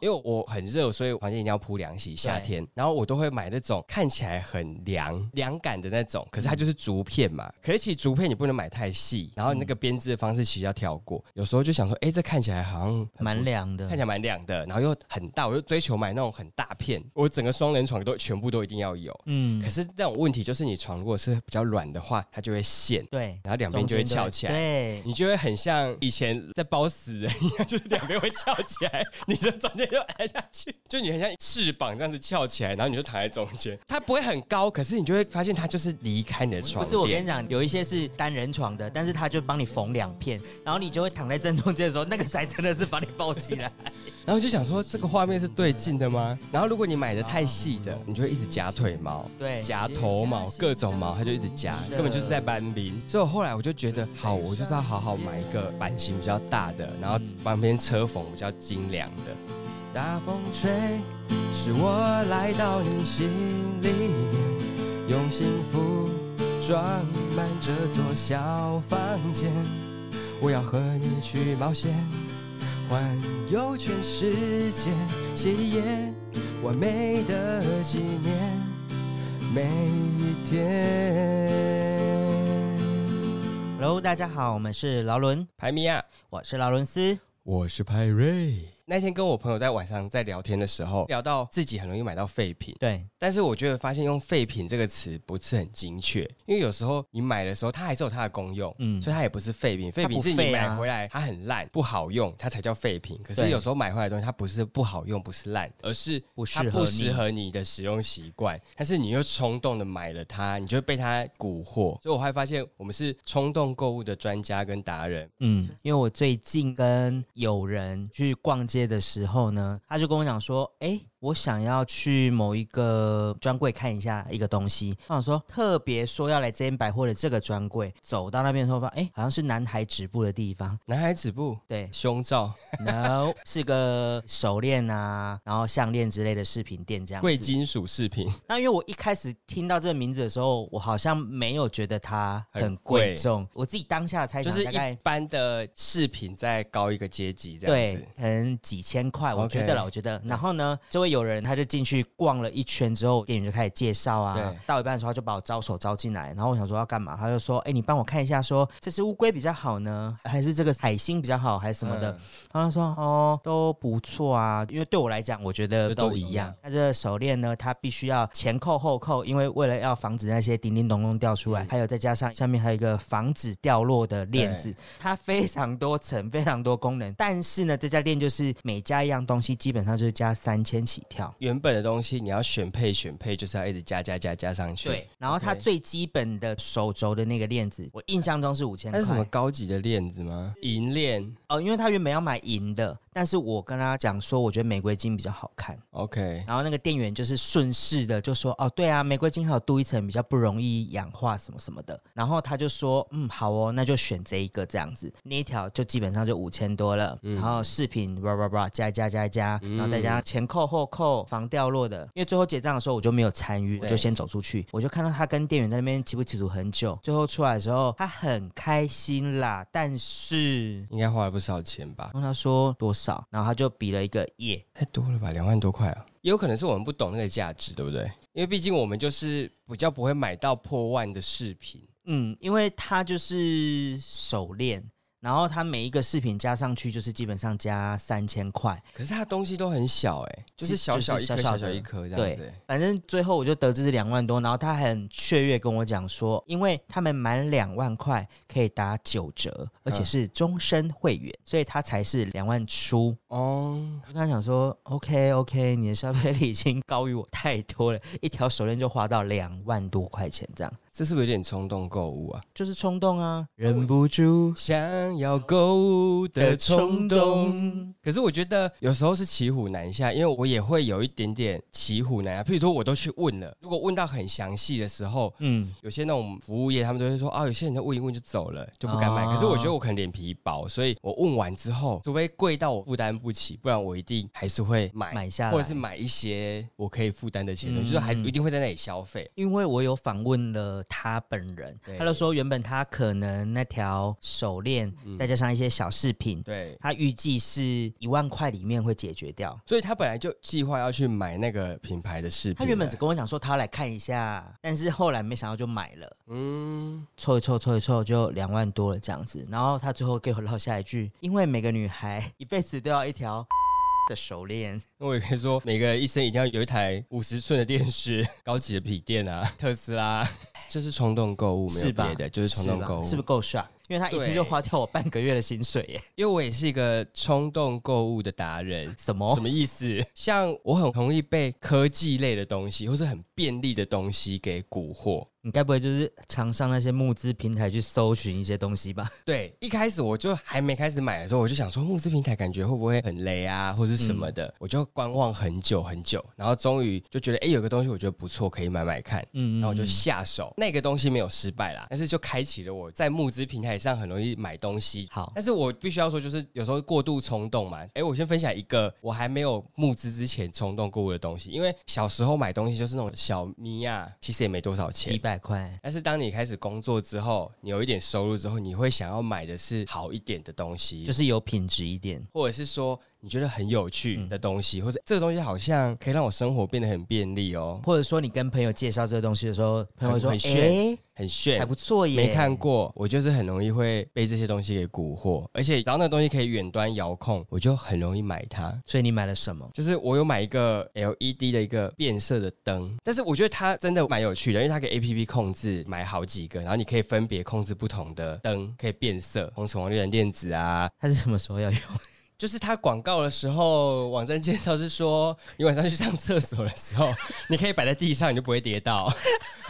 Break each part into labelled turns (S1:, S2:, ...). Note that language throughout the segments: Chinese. S1: 因为我很热，所以房间一定要铺凉席。夏天，然后我都会买那种看起来很凉、凉感的那种，可
S2: 嗯
S1: 是它就是竹片嘛。可是其实竹片你不能买太细，然后
S2: 嗯
S1: 那个编织的方式其实要跳过。有时候就想说，哎，这看起来好像很
S2: 蛮凉的
S1: 看起。来蛮凉的，然后又很大，我就追求买那种很大片，我整个双人床都全部都一定要有。
S2: 嗯
S1: 可，是那种问题就是，你床如果是比较软的话，它就会陷，
S2: 对，
S1: 然后两边就会
S2: 中间
S1: 翘起来。
S2: 对，
S1: 你就会很像以前在包死人一样，就是两边会翘起来，你就中间就按下去，就你很像翅膀这样子翘起来，然后你就躺在中间。它不会很高，可是你就会发现它就是离开你的
S2: 不
S1: 床
S2: 是我跟你
S1: 垫。
S2: 讲，有一些是单人床的，但是他就帮你缝两片，然后你就会躺在正中间的时候，那个才真的是把你抱 起来。
S1: 然后就想说，这个画面是对劲的吗？然后如果你买的太细的，你就会一直夹腿毛，
S2: 对
S1: 夹头毛，各种毛，它就一直夹，
S2: 是
S1: 根本就是在搬兵。所以我后来我就觉得，好，我就是要好好买一个版型比较大的，然后旁边车缝比较精良的。大风吹，使我来到你心里面，用幸福装满这座小房间。我要和你去冒险，环游全世界，写一页完美的纪念。每一天。
S2: Hello，大家好，我们是劳伦，
S1: 排米亚，
S2: 我是劳伦斯。
S1: 我是派瑞。那天跟我朋友在晚上在聊天的时候，聊到自己很容易买到废品，
S2: 对，
S1: 但是我觉得发现用废品这个词不是很精确，因为有时候你买的时候它还是有它的功用，
S2: 嗯
S1: 所以它也不是废品。废品
S2: 不
S1: 是你
S2: 废
S1: 买
S2: 啊
S1: 回来它很烂不好用，它才叫废品。可是
S2: 对
S1: 有时候买回来的东西它不是不好用，不是烂，而是
S2: 不
S1: 它
S2: 适合
S1: 不
S2: 你
S1: 适合你的使用习惯，但是你又冲动的买了它，你就会被它蛊惑。所以我还发现我们是冲动购物的专家跟达人。
S2: 嗯，因为我最近跟友人去逛街的时候呢，他就跟我讲说，哎，我想要去某一个专柜看一下一个东西。我想说，特别说要来这间百货的这个专柜，走到那边的时候发现，哎，好像是男孩止步的地方。
S1: 男孩止步，
S2: 对
S1: 胸罩，
S2: ，no，是个手链啊，然后项链之类的饰品店这样子。
S1: 贵金属饰 品，
S2: 那因为我一开始听到这个名字的时候，我好像没有觉得它
S1: 很
S2: 很
S1: 贵
S2: 贵重，我自己当下的猜
S1: 就
S2: 想
S1: 是
S2: 大
S1: 一
S2: 概。
S1: 般的饰品再高一个阶级这样
S2: 对
S1: 子。，
S2: 可能几千块，我
S1: OK
S2: 觉得了，我觉得。然后呢，这位友人他就进去逛了一圈之后，店员就开始介绍啊
S1: 对。
S2: 到一半的时候，他就把我招手招进来，然后我想说要干嘛，他就说：“哎、你帮我看一下说这是乌龟比较好呢，还是这个海星比较好，还是什么的？”
S1: 嗯
S2: 然后他说哦都不错啊，因为对我来讲，我觉得
S1: 就
S2: 都
S1: 都一
S2: 一
S1: 样
S2: 样。那这个手链呢，它必须要前扣后扣，因为为了要防止那些叮叮咚咚掉出来，还有再加上下面还有一个防止掉落的链子，它非常多层，非常多功能。但是呢，这家店就是每加一样东西，基本上就是加三千起跳。
S1: 原本的东西你要选配选配，就是要一直加加加加上去。
S2: 对，，然后它
S1: OK
S2: 最基本的手轴的那个链子，我印象中是五千
S1: 那
S2: 块。
S1: 是什么高级的链子吗？银链
S2: 哦，因为他原本要买银的，但是我跟他讲说，我觉得玫瑰金比较好看。
S1: ，OK，
S2: 然后那个店员就是顺势的就说：“哦，对啊，玫瑰金还有镀一层，比较不容易氧化什么什么的。”然后他就说：“嗯，好哦，那就选这一个这样子。”那一条就基本上就五千多了。然后饰品叭叭叭加一加加一加，然后再加上前扣后扣防掉落的。因为最后结账的时候我就没有参与，我
S1: 对
S2: 就先走出去，我就看到他跟店员在那边起不起足很久。最后出来的时候他很开心啦，但是。
S1: 应该花了不少钱吧？
S2: 问他说多少，然后他就比了一个耶，
S1: 太多了吧，两万多块啊！也有可能是我们不懂那个价值，对不对？因为毕竟我们就是比较不会买到破万的饰品。
S2: 嗯，因为它就是手链，然后它每一个饰品加上去就是基本上加三千块。
S1: 可是它东西都很小哎、就是小小一颗、
S2: 就是
S1: 小
S2: 小小的
S1: 小一颗这样子、欸。
S2: 反正最后我就得知是两万多，然后他很雀跃跟我讲说，因为他们满两万块可以打九折，
S1: 嗯
S2: 而且是终身会员，所以他才是两万出。
S1: 哦，
S2: 我就跟他讲说，OK OK，你的消费力已经高于我太多了，一条手链就花到两万多块钱这样。
S1: 这是不是有点冲动购物啊？
S2: 就是冲动啊，忍不住
S1: 想要购物的冲动。
S2: 动。
S1: 可是我觉得有时候是骑虎难下，因为我也会有一点点骑虎难下。譬如说，我都去问了，如果问到很详细的时候，
S2: 嗯，
S1: 有些那种服务业，他们都会说啊，有些人就问一问就走了，就不敢买。
S2: 哦
S1: 可是我觉得我可能脸皮薄，所以我问完之后，除非贵到我负担不起，不然我一定还是会买，
S2: 买下来
S1: 或者是买一些我可以负担得起的东西，
S2: 嗯
S1: 就是还是一定会在那里消费。
S2: 因为我有访问了他本人
S1: 对，
S2: 他就说原本他可能那条手链
S1: 嗯
S2: 再加上一些小饰品，
S1: 对，
S2: 他预计是一万块里面会解决掉。
S1: 所以他本来就计划要去买那个品牌的饰品。
S2: 他原本只跟我讲说他要来看一下，但是后来没想到就买了，
S1: 嗯，
S2: 凑一凑凑一凑就两万多了这样子。然后他最后给我落下一句：因为每个女孩 一辈子都要一条 的手链。
S1: 那我也可以说，每个医生一定要有一台五十寸的电视，高级的笔电啊，特斯拉，就是冲动购物，没有
S2: 是吧
S1: 别的，就是冲
S2: 是
S1: 动
S2: 吧
S1: 购物。
S2: 是不是够帅？因为他一次
S1: 对
S2: 就花掉我半个月的薪水耶！
S1: 因为我也是一个冲动购物的达人。
S2: 什么？
S1: 什么意思？像我很容易被科技类的东西，或是很便利的东西给蛊惑。
S2: 你该不会就是常上那些募资平台去搜寻一些东西吧？
S1: 对，一开始我就还没开始买的时候，我就想说募资平台感觉会不会很雷啊，或是什么的，我就观望很久很久，然后终于就觉得，哎、有个东西我觉得不错，可以买买看。
S2: 嗯
S1: 然后我就下手，那个东西没有失败啦，但是就开启了我在募资平台上很容易买东西。
S2: 好
S1: 但是我必须要说，就是有时候过度冲动嘛。哎，我先分享一个我还没有募资之前冲动购物的东西，因为小时候买东西就是那种小咪呀，其实也没多少钱
S2: 几，百块，
S1: 但是当你开始工作之后，你有一点收入之后，你会想要买的是好一点的东西，
S2: 就是有品质一点。
S1: 或者是说你觉得很有趣
S2: 嗯
S1: 的东西，或者这个东西好像可以让我生活变得很便利哦，
S2: 或者说你跟朋友介绍这个东西的时候，朋友会说：“
S1: 很炫
S2: 哎、
S1: 很炫
S2: 还。不错耶，
S1: 没看过，我就是很容易会被这些东西给蛊惑，而且只要那个东西可以远端遥控，我就很容易买它。
S2: 所以你买了什么？
S1: 就是我有买一个 LED 的一个变色的灯，但是我觉得它真的蛮有趣的，因为它可以 APP 控制买好几个，然后你可以分别控制不同的灯，可以变色，红橙黄绿蓝靛紫啊。
S2: 它是什么时候要用？
S1: 就是它广告的时候，网站介绍是说，你晚上去上厕所的时候， 你可以摆在地上，你就不会跌倒。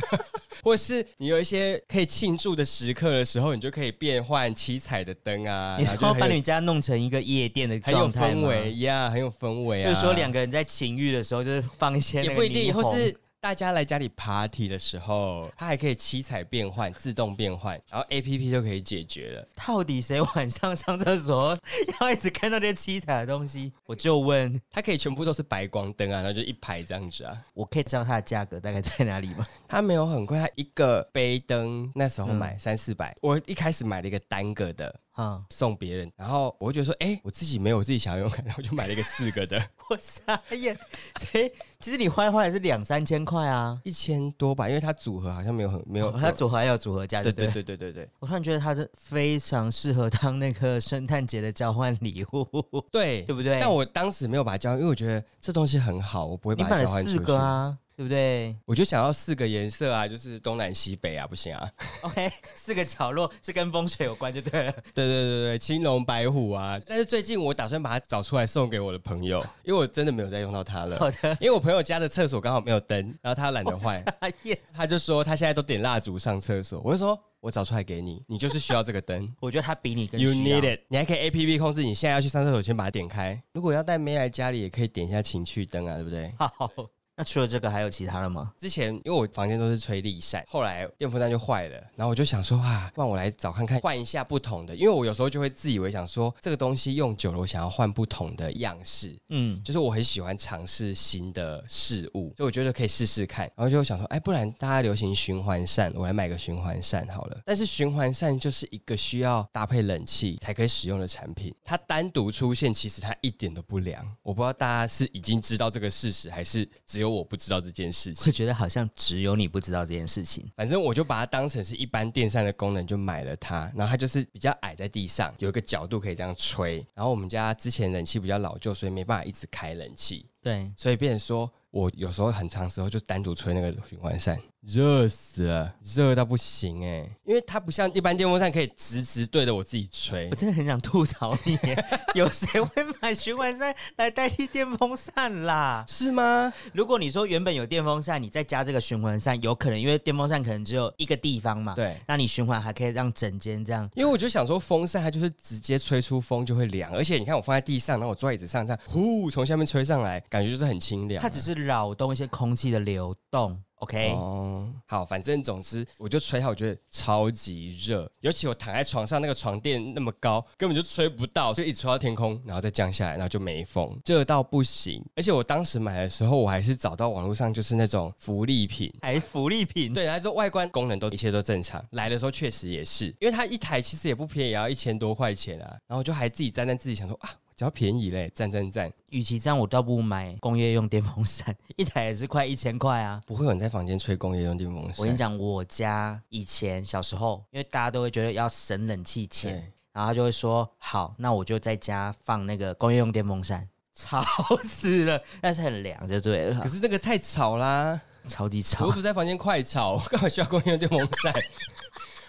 S1: 或是你有一些可以庆祝的时刻的时候，你就可以变换七彩的灯啊，
S2: 你
S1: 然后
S2: 说
S1: 就
S2: 把
S1: 很有
S2: 你们家弄成一个夜店的
S1: 很有
S2: 状态
S1: 氛
S2: 吗？
S1: 围呀，很有氛围啊。
S2: 就是说两个人在情欲的时候，就是放一些那
S1: 也
S2: 个
S1: 不一定，
S2: 霓
S1: 或
S2: 虹
S1: 是大家来家里 party 的时候，它还可以七彩变换、自动变换，然后 A P P 就可以解决了。
S2: 到底谁晚上上厕所要一直看到这些七彩的东西？我就问，
S1: 它可以全部都是白光灯啊，然后就一排这样子啊。
S2: 我可以知道它的价格大概在哪里吗？
S1: 它没有很贵，它一个杯灯那时候买
S2: 嗯
S1: 三四百，我一开始买了一个单个的。
S2: 啊、
S1: 送别人，然后我就觉得说，哎、我自己没有我自己想要用，然后我就买了一个四个 的，
S2: 我傻眼。所以其实你花一花也是两三千块啊。
S1: 一千多吧，因为它组合好像没有很没有，
S2: 哦它组合还有组合价，
S1: 对对
S2: 对不对？
S1: 对对对对
S2: 我突然觉得它是非常适合当那个圣诞节的交换礼物，
S1: 对
S2: 对不对？
S1: 哎但我当时没有把它交换，因为我觉得这东西很好，我不会
S2: 你
S1: 把它
S2: 买
S1: 交
S2: 了
S1: 换出
S2: 四
S1: 去。
S2: 个啊，对不对
S1: 我就想要四个颜色啊，就是东南西北啊，不行啊！
S2: ？OK，四个角落是跟风水有关就对了。
S1: 对对对对，青龙白虎啊！但是最近我打算把它找出来送给我的朋友，因为我真的没有再用到它了。
S2: 好的，
S1: 因为我朋友家的厕所刚好没有灯，然后他懒得换，
S2: 傻眼。
S1: 他就说他现在都点蜡烛上厕所。我就说，我找出来给你，你就是需要这个灯
S2: 我觉得它比你更
S1: ，You
S2: 需要
S1: need it。你还可以 A P P 控制你现在要去上厕所，先把它点开。如果要带妹来家里，也可以点一下情趣灯啊，对不对？
S2: 好，那除了这个还有其他的吗？
S1: 之前因为我房间都是吹立扇，后来电风扇就坏了，然后我就想说啊，不然我来找看看换一下不同的，因为我有时候就会自以为想说这个东西用久了，我想要换不同的样式，
S2: 嗯，
S1: 就是我很喜欢尝试新的事物，所以我觉得可以试试看。然后就想说，哎，不然大家流行循环扇，我来买个循环扇好了。但是循环扇就是一个需要搭配冷气才可以使用的产品，它单独出现其实它一点都不凉。我不知道大家是已经知道这个事实，还是只有我不知道这件事情。
S2: 我觉得好像只有你不知道这件事情。
S1: 反正我就把它当成是一般电扇的功能，就买了它。然后它就是比较矮在地上，有一个角度可以这样吹。然后我们家之前冷气比较老旧，所以没办法一直开冷气，
S2: 对，
S1: 所以变成说我有时候很长时候就单独吹那个循环扇，热死了，热到不行哎、因为它不像一般电风扇可以直直对着我自己吹
S2: 我。真的很想吐槽你耶，有谁会买循环扇来代替电风扇啦？
S1: 是吗？
S2: 如果你说原本有电风扇，你再加这个循环扇，有可能因为电风扇可能只有一个地方嘛，，
S1: 对，
S2: 那你循环还可以让整间这样。
S1: 因为我就想说，风扇它就是直接吹出风就会凉，而且你看我放在地上，然后我坐在椅子上，这样呼从下面吹上来，感觉就是很清凉啊。
S2: 它只是扰动一些空气的流动， OK，、
S1: 哦，好，反正总之我就吹它，我觉得超级热，尤其我躺在床上那个床垫那么高，根本就吹不到，就一直吹到天空，然后再降下来，然后就没风，热到不行。而且我当时买的时候，我还是找到网络上就是那种福利品。
S2: 还福利品，
S1: 对，他说外观功能都一切都正常，来的时候确实也是，因为它一台其实也不便宜，也要一千多块钱啊。然后我就还自己沾沾自己，想说啊，只要便宜嘞，赞赞赞，
S2: 与其这样，我倒不如买工业用电风扇，一台也是快一千块啊。
S1: 不会有人在房间吹工业用电风扇。
S2: 我跟你讲，我家以前小时候，因为大家都会觉得要省冷气钱，
S1: 对，
S2: 然后他就会说好，那我就在家放那个工业用电风扇， 吵死了，但是很凉就对了
S1: 可，是这个太吵啦。
S2: 超级
S1: 我
S2: 吵
S1: 又。不在房间快吵， 我干嘛需要公用电风扇？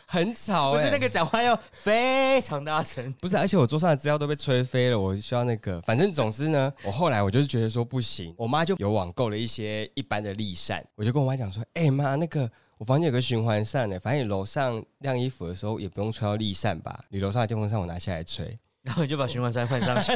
S1: 很吵
S2: 不
S1: 哎、
S2: 是那个讲话要非常大声，
S1: 不是，而且我桌上的资料都被吹飞了，我需要那个。反正总之呢，我后来我就是觉得说不行，我妈就有网购了一些一般的立扇，我就跟我妈讲说，哎、妈，那个我房间有个循环扇呢、欸反正你楼上晾衣服的时候也不用吹到立扇吧，你楼上的电风扇我拿下来吹，
S2: 然后你就把循环扇换上去。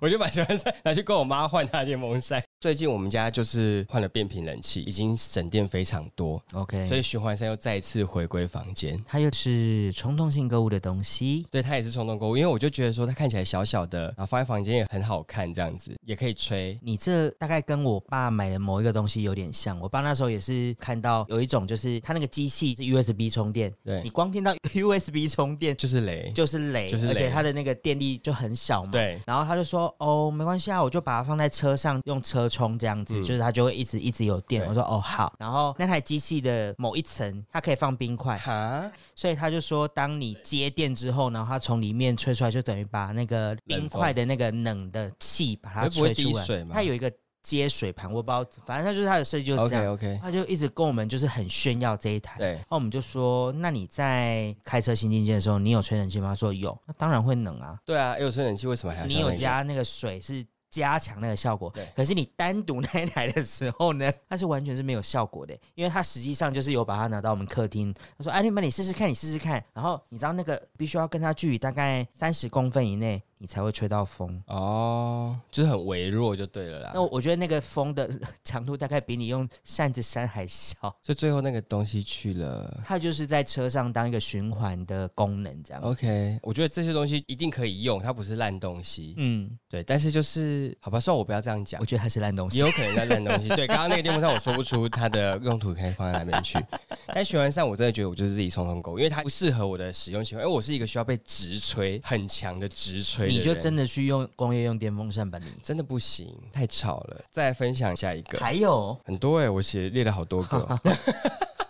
S1: 我就把循环扇 拿去跟我妈换她的电风扇。最近我们家就是换了变频冷气，已经省电非常多，所
S2: OK，
S1: 以循环扇又再次回归房间。
S2: 它又是冲动性购物的东西，
S1: 对，它也是冲动购物，因为我就觉得说它看起来小小的，然后放在房间也很好看，这样子也可以吹。
S2: 你这大概跟我爸买的某一个东西有点像。我爸那时候也是看到有一种，就是他那个机器是 USB 充电，你
S1: 对，
S2: 光听到 USB 充电
S1: 就是雷。
S2: 就是雷，
S1: 就是雷
S2: 而且它的那个电力就很小嘛。。
S1: 对，
S2: 然后他就说：“哦，没关系啊，我就把它放在车上，用车充这样子，
S1: 嗯
S2: 就是它就会一直一直有电。”
S1: 对
S2: 我说：“哦，好。”然后那台机器的某一层，它可以放冰块，
S1: 啊哈，
S2: 所以他就说，当你接电之后，然后它从里面吹出来，就等于把那个冰块的那个冷的气把它
S1: 哎会不会
S2: 吹出
S1: 滴
S2: 来。
S1: 水吗
S2: 它有一个接水盘，我不知道，反正它就是它的设计就是这
S1: OK OK，
S2: 样。他就一直跟我们就是很炫耀这一台。
S1: 对
S2: 然后我们就说，那你在开车新境界的时候，你有吹冷气吗？他说有，那当然会冷啊。
S1: 对啊，有吹冷气为什么还要
S2: 你
S1: 上
S2: 有
S1: 那个？
S2: 加那个水是加强那个效果
S1: 对，
S2: 可是你单独 那一台的时候呢，它是完全是没有效果的，因为它实际上就是有把它拿到我们客厅，他说：“哎，你们你试试看，你试试看。”然后你知道那个必须要跟它距离大概三十公分以内，你才会吹到风。
S1: 哦，就是很微弱就对了啦
S2: 那。我觉得那个风的 强度大概比你用扇子扇还小。
S1: 所以最后那个东西去了。
S2: 它就是在车上当一个循环的功能这样。
S1: 哦 OK，我觉得这些东西一定可以用，它不是烂东西。
S2: 嗯，
S1: 对，但是就是好吧，算我不要这样讲
S2: 我，觉得它是烂东
S1: 也
S2: 西。
S1: 有可能在烂东西。对，刚刚那个电风扇我说不出它的用途可以放在哪边去， 但循环扇我真的觉得我就是自己冲冲狗，因为它不适合我的使用情况，因为我是一个需要被直吹很强的直吹的人，
S2: 你就真的去用工业用电风扇吧你。
S1: 真的不行，太吵了。再来分享下一个，
S2: 还有，
S1: 很多哎、我写列了好多 个，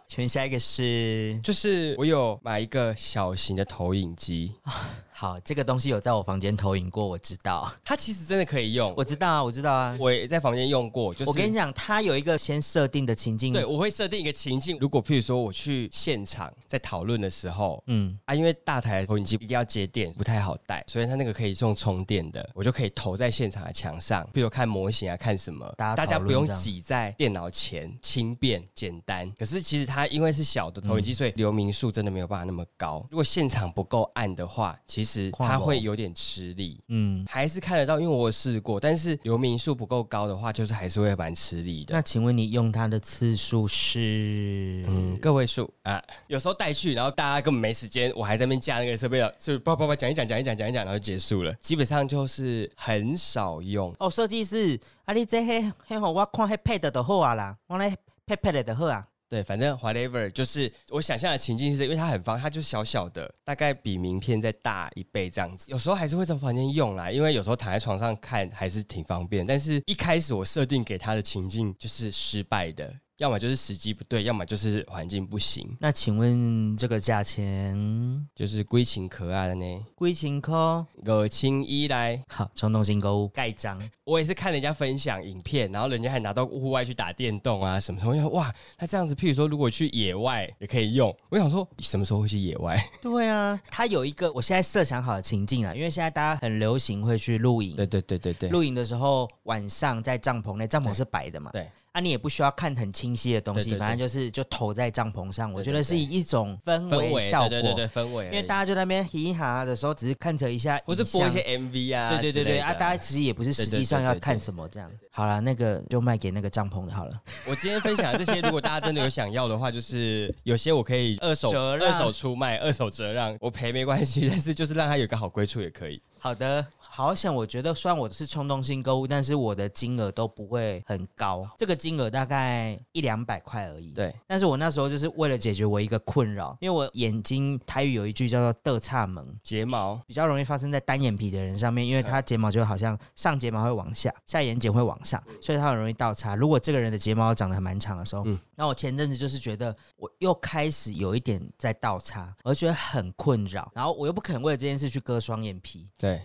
S2: 请下一个是
S1: 就是我有买一个小型的投影机，
S2: 好，这个东西有在我房间投影过，我知道，
S1: 它其实真的可以用，
S2: 我知道啊，我知道啊。
S1: 我也在房间用过，就是
S2: 我跟你讲，它有一个先设定的情境，
S1: 对，我会设定一个情境，如果譬如说我去现场在讨论的时候，
S2: 嗯，
S1: 啊，因为大台投影机一定要接电，不太好带，所以它那个可以用充电的，我就可以投在现场的墙上，比如看模型啊，看什么，
S2: 大家
S1: 大家
S2: 讨论
S1: 不用
S2: 这样
S1: 挤在电脑前，轻便简单。可是其实它因为是小的
S2: 嗯
S1: 投影机，所以流明数真的没有办法那么高。如果现场不够暗的话，其实它
S2: 跨模
S1: 会有点吃力。
S2: 嗯。
S1: 还是看得到，因为我有试过，但是流明数不够高的话，就是还是会蛮吃力的。
S2: 那请问你用它的次数是？
S1: 嗯，个位数啊，有时候带去，然后大家根本没时间，我还在那边架那个设备了，就叭叭叭讲一讲，讲一讲，讲一讲，然后就结束了，基本上就是很少用。
S2: 哦，设计师，啊，你这黑黑好，我看黑配的就好啊啦，我来配配的就好啊。
S1: 对，反正 whatever，就是我想象的情境是，因为它很方，它就小小的，大概比名片再大一倍这样子。有时候还是会在房间用啦，因为有时候躺在床上看还是挺方便。但是一开始我设定给它的情境就是失败的，要么就是时机不对，要么就是环境不行，
S2: 那请问这个价钱
S1: 就是归情可爱的呢。
S2: 贵情科？
S1: 我情依来，
S2: 好，冲动性购物盖章，
S1: 我也是看人家分享影片，然后人家还拿到户外去打电动啊什么什么，我想说哇，那这样子，譬如说如果去野外也可以用。我想说什么时候会去野外？
S2: 对啊，它有一个我现在设想好的情境啊，因为现在大家很流行会去露营，
S1: 对对对对对，
S2: 露营的时候晚上在帐篷内，帐篷是白的嘛？
S1: 对。
S2: 啊，你也不需要看很清晰的东西，
S1: 对对对
S2: 反正就是就投在帐篷上，我
S1: 对
S2: 觉得是
S1: 对
S2: 一种氛
S1: 氛围
S2: 效果。
S1: 对对对对氛围而已，
S2: 因为大家就在那边嘻嘻哈哈的时候，只是看着一下影像，啊
S1: 不是播一些 MV 啊之类的，
S2: 对对对对啊，大家其实也不是实际上要
S1: 对对对对对
S2: 看什么这样。好了，那个就卖给那个帐篷的好了。
S1: 我今天分享的这些，如果大家真的有想要的话，就是有些我可以二手
S2: 折
S1: 二
S2: 让
S1: 手出卖，二手折让，我赔没关系，但是就是让它有个好归处也可以。
S2: 好的，好险！我觉得虽然我是冲动性购物，但是我的金额都不会很高，这个金额大概一两百块而已。。
S1: 对，
S2: 但是我那时候就是为了解决我一个困扰，因为我眼睛台语有一句叫做“得差门”，
S1: 睫毛
S2: 比较容易发生在单眼皮的人上面，因为他睫毛就好像上睫毛会往下，下眼睑会往上，所以他很容易倒插。如果这个人的睫毛长得还蛮长的时候，
S1: 嗯
S2: 那我前阵子就是觉得我又开始有一点在倒插，我就觉得很困扰，然后我又不肯为了这件事去割双眼皮，
S1: 对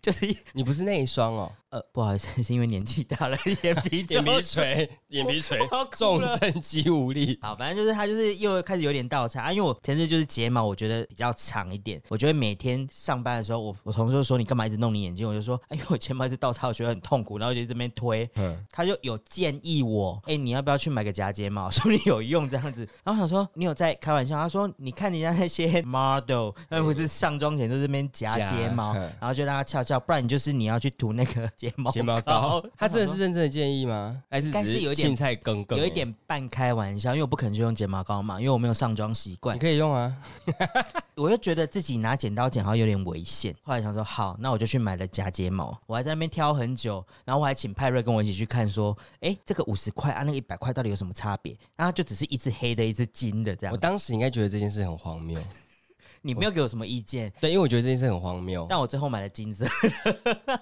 S2: 就是一
S1: 你不是那一双 哦，
S2: 呃不好意思，是因为年纪大了， 眼皮
S1: 眼皮
S2: 皱
S1: 垂，眼皮 垂
S2: 我要哭，了
S1: 重症肌无力。
S2: 好，反正就是他就是又开始有点倒插、啊，因为我前阵就是睫毛，我觉得比较长一点，我觉得每天上班的时候，我我同事就说你干嘛一直弄你眼睛，我就说，哎，因为我睫毛一直倒插，我觉得很痛苦，然后我就这边推。
S1: 嗯，
S2: 他就有建议我，哎、你要不要去买个假睫毛？ 说你有用这样子。然后我想说，你有在开玩笑？他说，你看人家那些 model，他们不是上妆前就这边夹
S1: 夹
S2: 睫毛， 哦
S1: 嗯
S2: 然后就让它翘翘，不然你就是你要去涂那个 睫毛
S1: 睫毛膏
S2: 膏。，
S1: 他真的
S2: 我想说
S1: 是认真的建议吗？还是
S2: 应该
S1: 只
S2: 是有
S1: 是
S2: 点
S1: 青菜梗梗？
S2: 有一，点半开玩笑，因为我不可能去用睫毛膏嘛，因为我没有上妆习惯
S1: 你。可以用啊。
S2: 我又觉得自己拿剪刀剪好像有点危险，后来想说好，那我就去买了假睫毛，我还在那边挑很久，然后我还请派瑞跟我一起去看，说，哎、这个五十块啊，那个一百块到底有什么差别？然后就只是一只黑的，一只金的这
S1: 我
S2: 样。
S1: 当时应该觉得这件事很荒 谬，
S2: 你没有给我什么意见，
S1: 对，因为我觉得这件事很荒谬。
S2: 但我最后买了金色，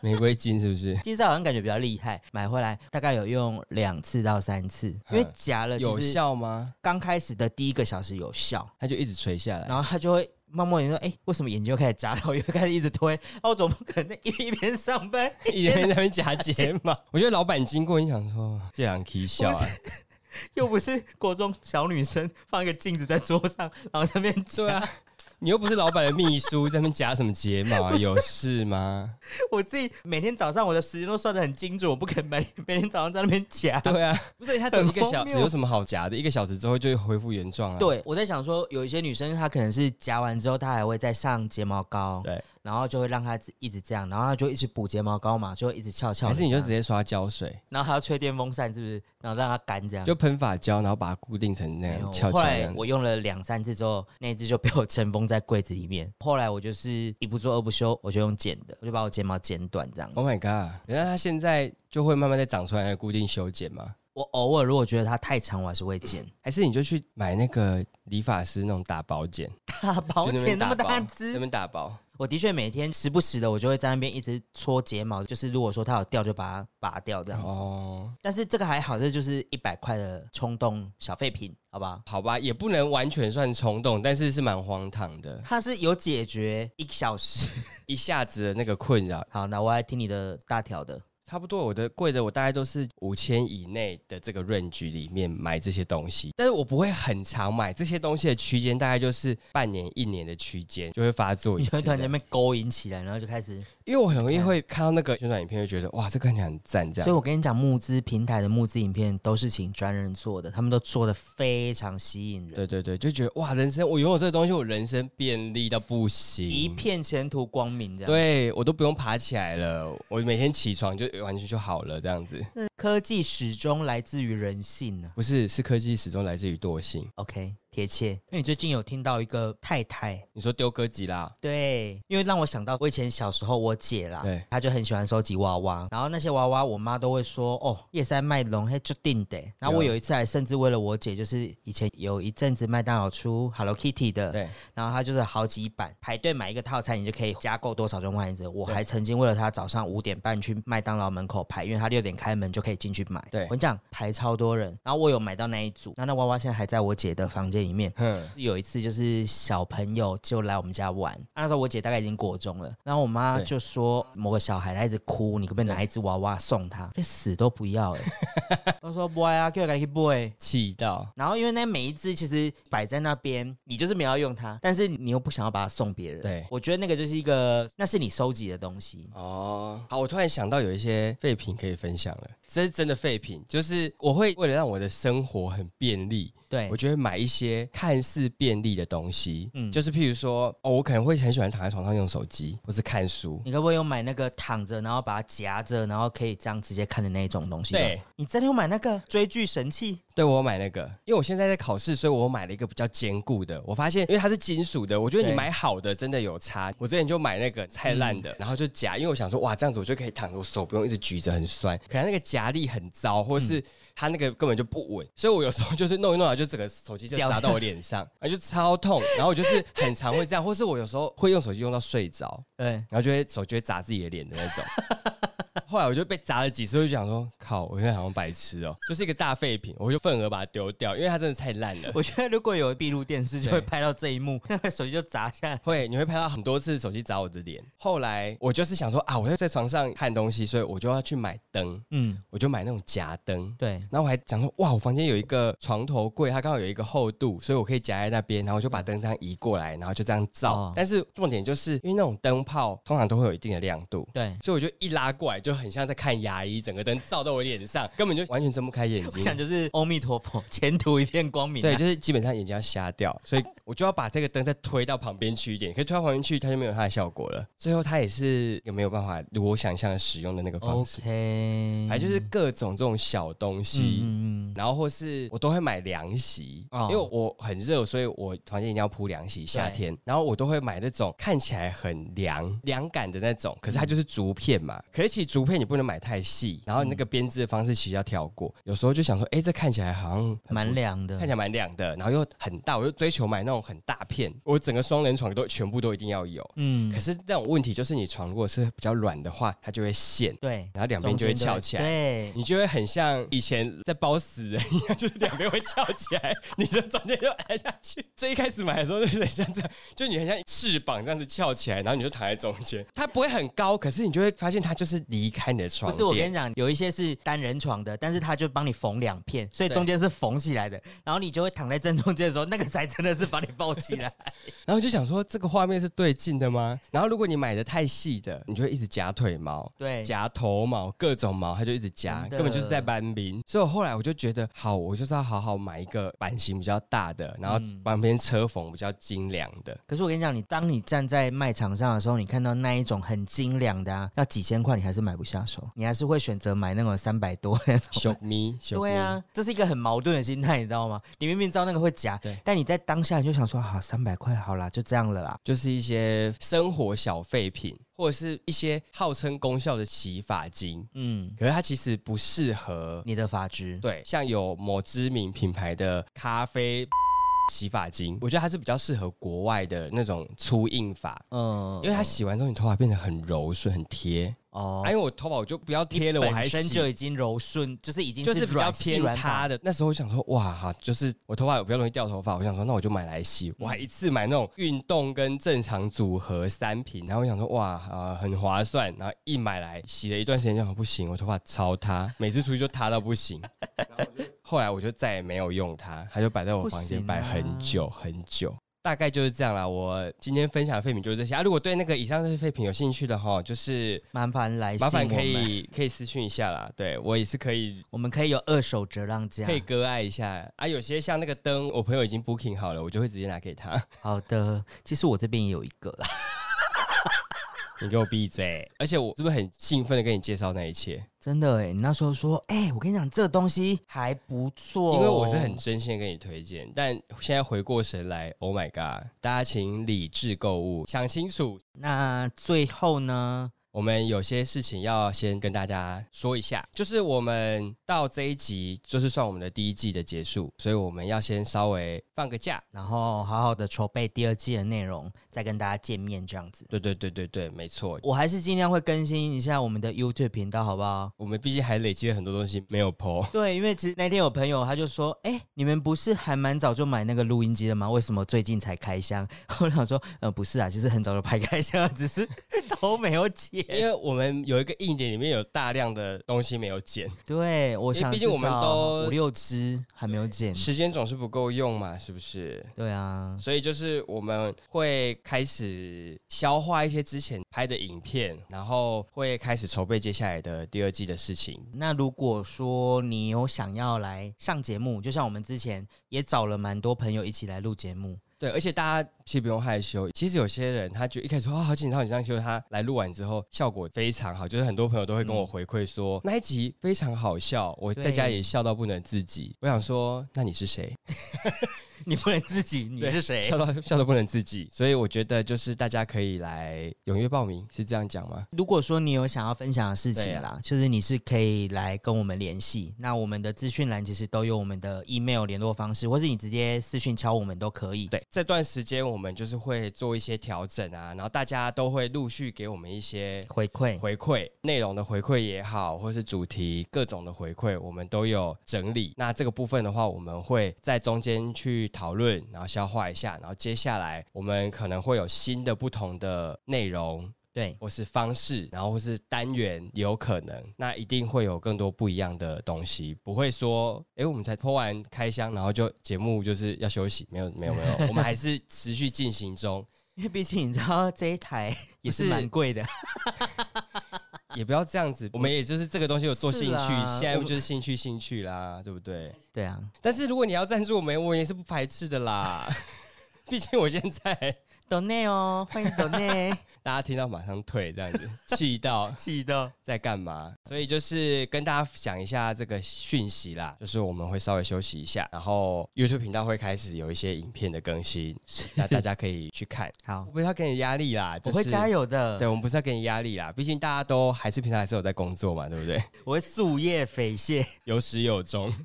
S1: 玫瑰金是不是？
S2: 金色好像感觉比较厉害，买回来大概有用两次到三次，因为
S1: 嗯
S2: 夹了
S1: 有
S2: 呃其实
S1: 效吗？
S2: 刚开始的第一个小时有效，
S1: 它就一直垂下来。
S2: 然后他就会默默地说：“哎、为什么眼睛又开始眨？”然后又开始一直推。啊，我总不可能在一一边上班，
S1: 一人在那边夹 睫毛。我觉得老板经过，你想说这两 K 笑啊？
S2: 又不是国中小女生放一个镜子在桌上，然后在那边做
S1: 对。啊， 你又不是老板的秘书，在那边夹什么睫毛啊？有事吗？
S2: 我自己每天早上我的时间都算得很精准，我不肯每 每天早上在那边夹。
S1: 对啊，不是他只有 一个小
S2: 很荒
S1: 时，
S2: 谬啊
S1: 有什么好夹的？一个小时之后就会恢复原状啊。
S2: 对，我在想说，有一些女生她可能是夹完之后，她还会再上睫毛膏，
S1: 对，
S2: 然后就会让她一直这样，然后她就一直补睫毛膏嘛，就会一直翘翘的
S1: 还
S2: 这
S1: 是
S2: 样。
S1: 你就直接刷胶水，
S2: 然后还要吹电风扇，是不是？然后让它干这样。
S1: 就喷发胶，然后把它固定成那
S2: 啊没有
S1: 样翘起
S2: 后
S1: 来
S2: 来
S1: 的。
S2: 我用了两三次之后，那一只就被我尘封在柜子里面。后来我就是一不做二不休，我就用剪的，我就把我睫毛剪短这样子。
S1: Oh my god！原来它现在就会慢慢再长出来，的固定修剪吗？
S2: 我偶尔如果觉得它太长，我还是会 剪。
S1: 还是你就去买那个理发师那种打薄剪，
S2: 大薄
S1: 就
S2: 剪那么
S1: 边打
S2: 大
S1: 薄那
S2: 只，
S1: 边打薄。
S2: 我的确每天时不时的我就会在那边一直搓睫毛，就是如果说它有掉就把它拔掉这样子。
S1: 哦，
S2: 但是这个还好，这就是一百块的冲动小废品，好吧？
S1: 好吧，也不能完全算冲动，但是是蛮荒唐的，
S2: 它是有解决一个小时。
S1: 一下子的那个困扰。
S2: 好，那我来听你的大条的。
S1: 差不多，我的贵的我大概都是五千以内的这个 range 里面买这些东西，但是我不会很常买这些东西的区间，大概就是半年一年的区间就会发作一
S2: 你会
S1: 次
S2: 突然间
S1: 的。
S2: 被勾引起来，然后就开始。
S1: 因为我很容易会看到那个宣传影片，就觉得哇，这看起来很赞这
S2: 所以
S1: 样。
S2: 我跟你讲，募资平台的募资影片都是请专人做的，他们都做的非常吸引人，
S1: 对对对，就觉得哇，人生我拥有这个东西，我人生便利到不行，
S2: 一片前途光明这样。，
S1: 对我都不用爬起来了，我每天起床就完全就好了这样子。
S2: 科技始终来自于人性呢、
S1: 不是，是科技始终来自于惰性。
S2: OK，贴切。那你最近有听到一个太太？
S1: 你说丢哥吉拉，
S2: 对，因为让我想到我以前小时候我姐啦，
S1: 对
S2: 她就很喜欢收集娃娃，然后那些娃娃我妈都会说哦，夜山卖龙嘿就定的。然后我有一次还甚至为了我姐，就是以前有一阵子麦当劳出 Hello Kitty 的，
S1: 对，
S2: 然后它就是好几版，排队买一个套餐，你就可以加购多少就换一只。我还曾经为了它早上五点半去麦当劳门口排，因为它六点开门就可以进去买。
S1: 对
S2: 我跟你讲排超多人，然后我有买到那一组，那那娃娃现在还在我姐的房间间里面。
S1: 哼，
S2: 有一次就是小朋友就来我们家玩，啊那时候我姐大概已经国中了，然后我妈
S1: 对
S2: 就说某个小孩他一直哭，你可不可以拿一只娃娃送他？就死都不要哎、欸！我说不啊，给我去 boy。
S1: 气到
S2: 然后因为那每一只其实摆在那边，你就是没有要用它，但是你又不想要把它送别人。
S1: 对
S2: 我觉得那个就是一个，那是你收集的东西。
S1: 哦。好，我突然想到有一些废品可以分享了，这是真的废品，就是我会为了让我的生活很便利，
S2: 对
S1: 我，就会买一些看似便利的东西，
S2: 嗯
S1: 就是譬如说，哦，我可能会很喜欢躺在床上用手机，或是看书。
S2: 你可不可以有买那个躺着，然后把它夹着，然后可以这样直接看的那种东西？
S1: 对，
S2: 你真的有买那个追剧神器？
S1: 对我有买那个，因为我现在在考试，所以我买了一个比较坚固的。我发现，因为它是金属的，我觉得你
S2: 对嗯
S1: 买好的真的有差。我之前就买那个太烂的，然后就夹，因为我想说，哇，这样子我就可以躺着，我手不用一直举着，很酸。可能那个夹力很糟，或
S2: 嗯
S1: 是它那个根本就不稳，所以我有时候就是弄一弄啊，就整个手机就
S2: 掉
S1: 砸
S2: 下
S1: 到我脸上，然后就超痛。然后我就是很常会这样，或是我有时候会用手机用到睡着，
S2: 对，
S1: 然后就会手就会砸自己的脸的那种。后来我就被砸了几次，我就想说，靠，我现在好像白痴哦、就是一个大废品，我就份额把它丢掉，因为它真的太烂了。
S2: 我觉得如果有闭路电视，就会
S1: 对
S2: 拍到这一幕， 那个手机就砸下来。
S1: 会，你会拍到很多次手机砸我的脸。后来我就是想说啊，我要在床上看东西，所以我就要去买灯，
S2: 嗯，
S1: 我就买那种夹灯。
S2: 对，
S1: 然后我还讲说，哇，我房间有一个床头柜，它刚好有一个厚度，所以我可以夹在那边，然后我就把灯这样移过来，然后就这样照。
S2: 哦
S1: 但是重点就是因为那种灯泡通常都会有一定的亮度，
S2: 对。
S1: 所以我就一拉过来，就很像在看牙医，整个灯照到我脸上，根本就完全睁不开眼
S2: 我想
S1: 睛。
S2: 就是阿弥陀佛，前途一片光明、啊。
S1: 对，就是基本上眼睛要瞎掉，所以我就要把这个灯再推到旁边去一点，可以推到旁边去，它就没有它的效果了。最后它也是也没有办法如我想象的使用的那个方式，
S2: 哦，OK，
S1: 还就是各种这种小东西。
S2: 嗯嗯嗯
S1: 然后或是我都会买凉席，
S2: 哦
S1: 因为我很热，所以我房间一定要铺凉席。夏天，然后我都会买那种看起来很凉、凉感的那种，可是
S2: 嗯
S1: 它就是竹片嘛。可是其实竹片你不能买太细，然后你那个编织的方式其实要跳过。有时候就想说，哎，这看起来好像很
S2: 蛮凉的
S1: 看起。来蛮凉的，然后又很大，我就追求买那种很大片，我整个双人床都全部都一定要有。
S2: 嗯
S1: 可，是那种问题就是，你床如果是比较软的话，它就会陷，
S2: 对，
S1: 然后两边就会
S2: 中间都
S1: 翘起来。
S2: 对，
S1: 你就会很像以前在包死人一样， 就是两边会翘起来，你就中间就按下去。 最一开始买的时候就是很像这样，就你很像翅膀这样子翘起来，然后你就躺在中间。它不会很高，可是你就会发现它就是离开你的床
S2: 不
S1: 垫。
S2: 是我跟你讲，有一些是单人床的，但是他就帮你缝两片，所以
S1: 对
S2: 中间是缝起来的，然后你就会躺在正中间的时候，那个才真的是把你抱 起来。
S1: 然后就想说这个画面是对劲的吗？然后如果你买的太细的，你就会一直夹腿毛。
S2: 对，
S1: 夹头毛，各种毛，它就一直夹，
S2: 真的
S1: 根本就是在搬兵。所以我后来我就觉得，好，我就是要好好买一个版型比较大的，然后
S2: 嗯
S1: 旁边车缝比较精良的。
S2: 可是我跟你讲，你当你站在卖场上的时候，你看到那一种很精良的啊，要几千块你还是买不下手，你还是会选择买那种三百多那种。
S1: 小咪，小咪
S2: 对，啊，这是一个很矛盾的心态，你知道吗？你明明知道那个会夹
S1: 对，
S2: 但你在当下你就想说，好，三百块好啦，就这样了啦。
S1: 就是一些生活小废品，或者是一些号称功效的洗发精，
S2: 嗯，
S1: 可是它其实不适合。
S2: 你的发质，
S1: 对，像有某知名品牌的咖啡洗发精，我觉得它是比较适合国外的那种粗硬发。
S2: 嗯
S1: 因为它洗完之后，你头发变得很柔顺、很贴。
S2: 哦
S1: 啊，因为我头发我就不要贴了，我还
S2: 本身
S1: 洗
S2: 就已经柔顺，就是已经
S1: 就是比较
S2: 软细
S1: 偏
S2: 软
S1: 塌
S2: 发
S1: 的。那时候我想说，哇哈，就是我头发有比较容易掉头发，我想说，那我就买来洗。我还
S2: 嗯
S1: 一次买那种运动跟正常组合三瓶，然后我想说，哇啊、呃很划算。然后一买来洗了一段时间，就想不行，我头发超塌，每次出去就塌到不行。 后来我就再也没有用它，它就摆在我房间
S2: 不行啊
S1: 摆很久很久。大概就是这样啦。我今天分享的废品就是这些啊。如果对那个以上这些废品有兴趣的哈，就是
S2: 麻烦来信
S1: 麻烦
S2: 我们
S1: 可，以可以私讯一下啦。对我也是可以
S2: 我们可以有二手折让价
S1: 可。以割爱一下啊。有些像那个灯，我朋友已经 booking 好了，我就会直接拿给他。
S2: 好的，其实我这边也有一个啦。
S1: 你给我闭嘴！而且我是不是很兴奋的跟你介绍那一切？
S2: 真的哎、你那时候说，哎、我跟你讲，这个东西还不错，哦
S1: 因为我是很真心的跟你推荐，但现在回过神来，Oh my god！大家请理智购物，想清楚。
S2: 那最后呢，
S1: 我们有些事情要先跟大家说一下，就是我们到这一集就是算我们的第一季的结束，所以我们要先稍微放个假。
S2: 然后好好的筹备第二季的内容，再跟大家见面这样子。
S1: 对对对对对，没错，
S2: 我还是尽量会更新一下我们的 YouTube 频道，好不好？
S1: 我们毕竟还累积了很多东西没有 PO。
S2: 对，因为其实那天有朋友他就说：“哎、你们不是还蛮早就买那个录音机了吗？为什么最近才开箱？” 我想说：“呃，不是啊，其实很早就拍开箱，只是 都没有
S1: 因
S2: 剪。
S1: 为我们有一个硬点，里面有大量的东西没有剪，”
S2: 对，我
S1: 因为
S2: 想
S1: 毕竟
S2: 至
S1: 我们
S2: 少
S1: 都
S2: 五六支还没有剪。
S1: 时间总是不够用嘛，是不是？
S2: 对啊，
S1: 所以就是我们会开始消化一些之前拍的影片，然后会开始筹备接下来的第二季的事情。
S2: 那如果说你有想要来上节目，就像我们之前也找了蛮多朋友一起来录节目，
S1: 对，而且大家其实不用害羞。其实有些人他就一开始说啊、好紧张，好紧张，结果他来录完之后效果非常好，就是很多朋友都会跟我回馈说、那一集非常好笑，我在
S2: 对
S1: 家里笑到不能自己。我想说，那你是谁？
S2: 你不能自己，你
S1: 对
S2: 是谁？
S1: 笑到 笑到不能自己。所以我觉得就是大家可以来踊跃报名，是这样讲吗？
S2: 如果说你有想要分享的事情
S1: 对啊
S2: 啦，就是你是可以来跟我们联系。那我们的资讯栏其实都有我们的 email 联络方式，或是你直接私讯敲我们都可以。，
S1: 对，这段时间我们就是会做一些调整啊，然后大家都会陆续给我们一些
S2: 回馈。
S1: 回馈，内容的回馈也好，或是主题各种的回馈，我们都有整理。那这个部分的话，我们会在中间去讨论，然后消化一下，然后接下来我们可能会有新的不同的内容。
S2: 对，
S1: 或是方式，然后或是单元也有可能，那一定会有更多不一样的东西，不会说，诶，我们才播完开箱，然后就节目就是要休息，没有没有没有，我们还是持续进行 中，
S2: 因为毕竟你知道这 一台也是
S1: 不是
S2: 蛮贵的，
S1: 也不要这样子，我们也就是这个东西有做兴趣，
S2: 是啦
S1: 现在
S2: 我
S1: 就是兴趣兴趣啦，对不 对？
S2: 对啊，
S1: 但是如果你要赞助我们，我也是不排斥的啦。 毕竟我现在
S2: 抖内哦，欢迎抖内，
S1: 大家听到马上退这样子， 气到
S2: 记得
S1: 在干嘛？所以就是跟大家讲一下这个讯息啦，就是我们会稍微休息一下，然后 YouTube 频道会开始有一些影片的更 新，那大家可以去看。
S2: 好
S1: 我，不是要给你压力啦，就
S2: 我
S1: 是、
S2: 会加。油
S1: 对，
S2: 的，
S1: 我们不是要给你压力啦，毕竟大家都还是平常还是有在工作嘛，对不对？
S2: 我会夙夜匪懈。
S1: 有始有终。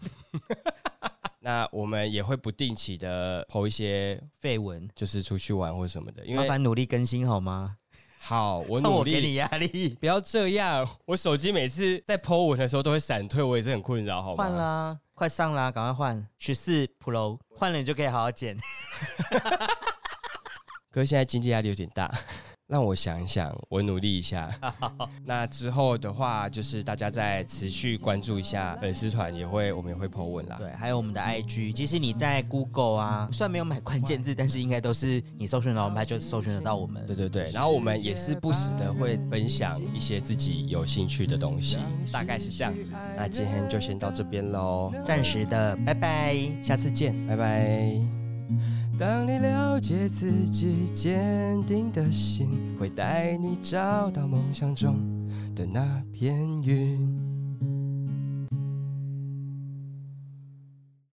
S1: 那我们也会不定期的投一些，
S2: 绯闻，
S1: 就是出去玩或什么的。因
S2: 麻
S1: 为
S2: 烦努力更新好吗？
S1: 好，我
S2: 那
S1: 努
S2: 我给
S1: 力，
S2: 你压力，
S1: 不要这样。我手机每次在 Po 文的时候都会闪退，我也是很困扰，好吗？
S2: 换啦，快上啦，赶快换十四 Pro，换了你就可以好好剪。
S1: 可是现在经济压力有点大， 让我想一想，我努力一 下。那之后的话，就是大家再持续关注一下粉丝团，也会我们也会 Po 文啦。
S2: 对，还有我们的 IG，即使你在 Google 啊，虽然没有买关键字，但是应该都是你搜寻老牌就搜寻得到我们。
S1: 对对对，然后我们也是不时的会分享一些自己有兴趣的东西，大概是这样子。那今天就先到这边喽，
S2: 暂时的，拜拜。
S1: 下次见，拜拜。当你了解自己，坚定的心会带你找到梦想中的那片云。